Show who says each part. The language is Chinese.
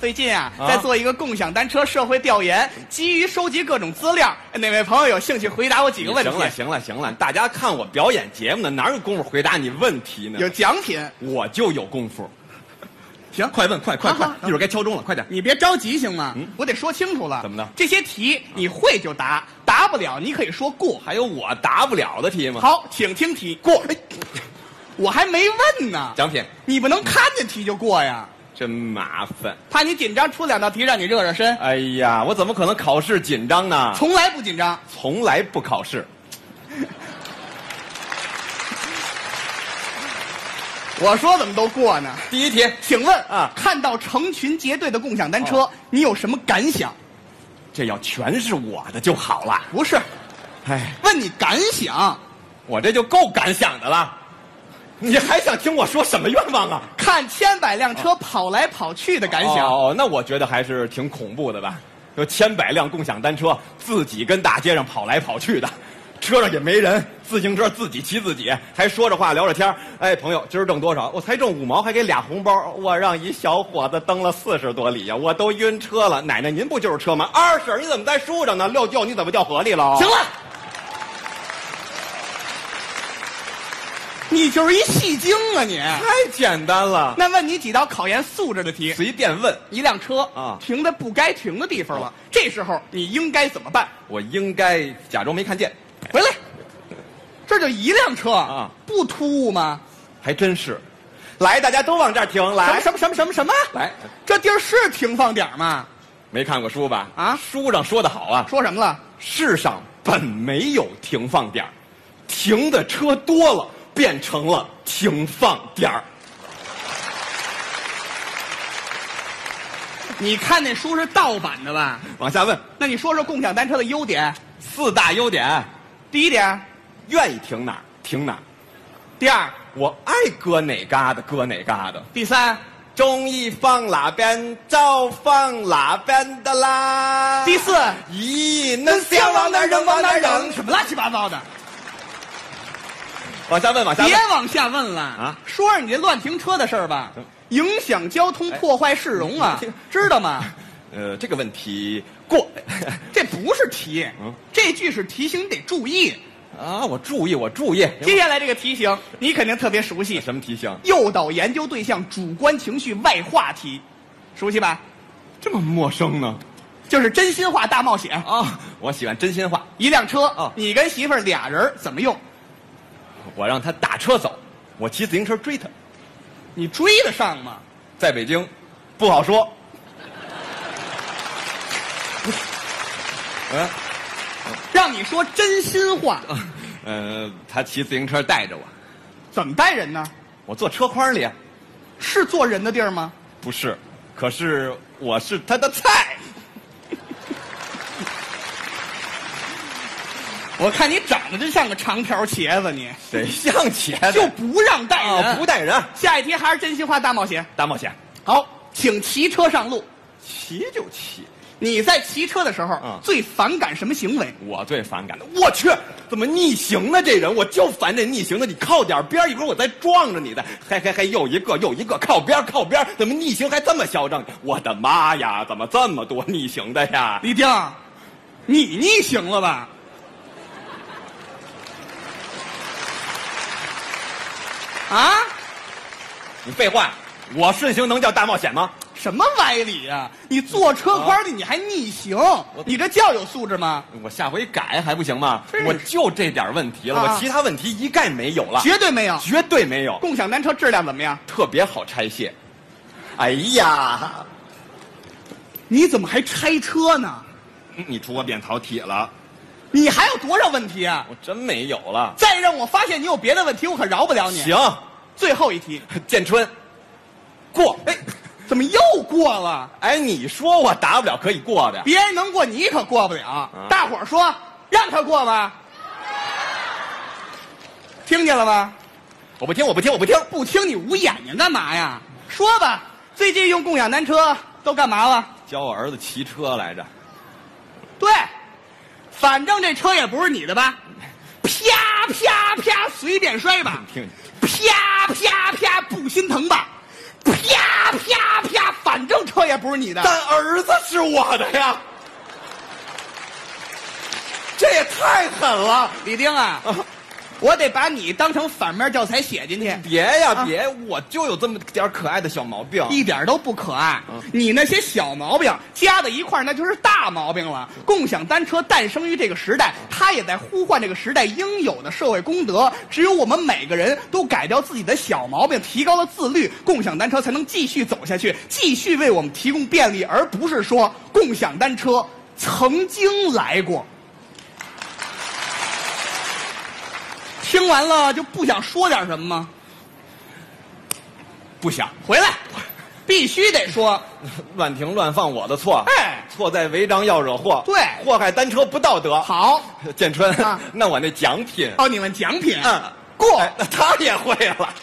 Speaker 1: 最近啊，
Speaker 2: 啊
Speaker 1: 在做一个共享单车社会调研，急于收集各种资料。哪位朋友有兴趣回答我几个问题？
Speaker 2: 行了行了行了，大家看我表演节目呢，哪有功夫回答你问题呢？
Speaker 1: 有奖品，
Speaker 2: 我就有功 夫。
Speaker 1: 行
Speaker 2: 快问快快
Speaker 1: 好
Speaker 2: 快
Speaker 1: 好，
Speaker 2: 一会儿该敲钟了，快点。
Speaker 1: 你别着急行吗？我得说清楚了。
Speaker 2: 嗯怎么呢啊
Speaker 1: 这些题你会就答，答不了你可以说过。
Speaker 2: 还有我答不了的题吗？
Speaker 1: 好，请听题过。哎我还没问呢，
Speaker 2: 奖品
Speaker 1: 你不能看见题就过呀，
Speaker 2: 真麻烦。
Speaker 1: 怕你紧张出两道题让你热热身。
Speaker 2: 哎呀，我怎么可能考试紧张呢？
Speaker 1: 从来不紧张，
Speaker 2: 从来不考试。
Speaker 1: 我说怎么都过呢？
Speaker 2: 第一题，
Speaker 1: 请问
Speaker 2: 啊
Speaker 1: 看到成群结队的共享单车
Speaker 2: 哦，
Speaker 1: 你有什么感想？
Speaker 2: 这要全是我的就好了。
Speaker 1: 不是，
Speaker 2: 哎，
Speaker 1: 问你感想，
Speaker 2: 我这就够敢想的了。你还想听我说什么愿望啊？
Speaker 1: 看千百辆车跑来跑去的感想。
Speaker 2: 哦，那我觉得还是挺恐怖的吧。有千百辆共享单车，自己跟大街上跑来跑去的，车上也没人，自行车自己骑自己，还说着话聊着天儿哎，朋友，今儿挣多少？我才挣五毛，还给俩红包。我让一小伙子蹬了四十多里呀、我都晕车了。奶奶，您不就是车吗？二婶，你怎么在树上呢？六舅，你怎么掉河里了？
Speaker 1: 行了，你就是一戏精啊你！
Speaker 2: 太简单了，
Speaker 1: 那问你几道考验素质的题？
Speaker 2: 随便问。
Speaker 1: 一辆车
Speaker 2: 啊
Speaker 1: 停在不该停的地方了，这时候你应该怎么办？
Speaker 2: 我应该假装没看见，
Speaker 1: 回来，这就一辆车
Speaker 2: 啊，
Speaker 1: 不突兀吗？
Speaker 2: 还真是。来，大家都往这儿停，来，
Speaker 1: 什么什么什么什么什么？
Speaker 2: 来，
Speaker 1: 这地儿是停放点儿吗？
Speaker 2: 没看过书吧？
Speaker 1: 啊
Speaker 2: 书上说的好啊，
Speaker 1: 说什么了？
Speaker 2: 世上本没有停放点儿停的车多了，变成了停放点儿
Speaker 1: 你看那书是盗版的吧？
Speaker 2: 往下问，
Speaker 1: 那你说说共享单车的优点？
Speaker 2: 四大优点，
Speaker 1: 第一点，
Speaker 2: 愿意停哪儿停哪儿，
Speaker 1: 第二，
Speaker 2: 我爱搁哪嘎达搁哪嘎达。
Speaker 1: 第三，
Speaker 2: 中意放哪边就放哪边的啦。
Speaker 1: 第四，
Speaker 2: 咦，那想往哪扔往哪扔。
Speaker 1: 啊什么乱七八糟的？
Speaker 2: 往下问，往下
Speaker 1: 别
Speaker 2: 问。
Speaker 1: 往下问了
Speaker 2: 啊
Speaker 1: 说说你这乱停车的事儿吧，影响交通，破坏市容啊
Speaker 2: 你你，
Speaker 1: 知道吗？
Speaker 2: 呃，这个问题过。
Speaker 1: 这不是题
Speaker 2: 嗯，
Speaker 1: 这句是提醒你得注意。
Speaker 2: 啊，我注意，我注意。
Speaker 1: 接下来这个题型你肯定特别熟悉，
Speaker 2: 什么提醒？
Speaker 1: 诱导研究对象主观情绪外化题，熟悉吧？
Speaker 2: 这么陌生呢？
Speaker 1: 就是真心话大冒险。
Speaker 2: 啊，我喜欢真心话，
Speaker 1: 一辆车，
Speaker 2: 哦
Speaker 1: 你跟媳妇儿俩人儿怎么用？
Speaker 2: 我让他打车走，我骑自行车追他。
Speaker 1: 你追得上吗？
Speaker 2: 在北京，不好说。 嗯、
Speaker 1: 让你说真心话，
Speaker 2: 呃，他骑自行车带着我，
Speaker 1: 怎么带人呢？
Speaker 2: 我坐车筐里，啊
Speaker 1: 是坐人的地儿吗？
Speaker 2: 不是，可是我是他 的菜。
Speaker 1: 我看你长得真像个长条茄子你，
Speaker 2: 得向前的
Speaker 1: 就不让带人。
Speaker 2: 哎啊，不带人，
Speaker 1: 下一题还是真心话大冒险。
Speaker 2: 大冒险，
Speaker 1: 好，请骑车上路。
Speaker 2: 骑就骑。
Speaker 1: 你在骑车的时候、
Speaker 2: 嗯
Speaker 1: 最反感什么行为？
Speaker 2: 我最反感的，我去，怎么逆行呢？这人，我就烦这逆行的。你靠点边儿，一会儿我再撞着你的。嘿嘿嘿，又一个又一个，靠边儿靠边儿，怎么逆行还这么嚣张？我的妈呀，怎么这么多逆行的呀？
Speaker 1: 李丁，你逆行了吧？啊？
Speaker 2: 你废话，我顺行能叫大冒险吗？
Speaker 1: 什么歪理呀、你坐车
Speaker 2: 哦
Speaker 1: 筐里你还逆行，你这叫有素质吗？
Speaker 2: 我下回改还不行吗
Speaker 1: 真？是
Speaker 2: 我就这点问题了，
Speaker 1: 啊
Speaker 2: 我其他问题一概没有了，
Speaker 1: 绝对没有。
Speaker 2: 绝对没有，
Speaker 1: 共享单车质量怎么样？
Speaker 2: 特别好拆卸。哎呀，
Speaker 1: 你怎么还拆车呢？
Speaker 2: 嗯你出我扁桃体了，
Speaker 1: 你还有多少问题啊？
Speaker 2: 我真没有了。
Speaker 1: 再让我发现你有别的问题，我可饶不了你。
Speaker 2: 行，
Speaker 1: 最后一题，
Speaker 2: 建春，过。哎。
Speaker 1: 怎么又过了？
Speaker 2: 哎，你说我答不了可以过的，
Speaker 1: 别人能过，你可过不了。大伙儿说让他过吧，听见了吗？
Speaker 2: 我不听，我不听，我不听。
Speaker 1: 不听你捂眼睛干嘛呀？说吧，最近用共享单车都干嘛了？
Speaker 2: 教我儿子骑车来着，
Speaker 1: 对，反正这车也不是你的吧？啪啪啪，随便摔吧
Speaker 2: 你！听，
Speaker 1: 啪啪啪，不心疼吧？啪啪啪，反正车也不是你的，
Speaker 2: 但儿子是我的呀，这也太狠了！
Speaker 1: 李丁啊，我得把你当成反面教材写进去。
Speaker 2: 别呀、
Speaker 1: 啊
Speaker 2: 别，我就有这么点儿可爱的小毛病。
Speaker 1: 一点都不可爱。你那些小毛病加在一块儿，那就是大毛病了。共享单车诞生于这个时代，它也在呼唤这个时代应有的社会公德。只有我们每个人都改掉自己的小毛病，提高了自律，共享单车才能继续走下去，继续为我们提供便利，而不是说共享单车曾经来过。听完了就不想说点什么吗？
Speaker 2: 不想，
Speaker 1: 回来，必须得说。
Speaker 2: 乱停乱放我的错，
Speaker 1: 哎
Speaker 2: 错在违章要惹祸，
Speaker 1: 对
Speaker 2: 祸害单车不道德。
Speaker 1: 好，
Speaker 2: 建春，
Speaker 1: 啊
Speaker 2: 那我那奖品，
Speaker 1: 哦，你们奖品，
Speaker 2: 嗯
Speaker 1: 过。
Speaker 2: 哎那他也会了。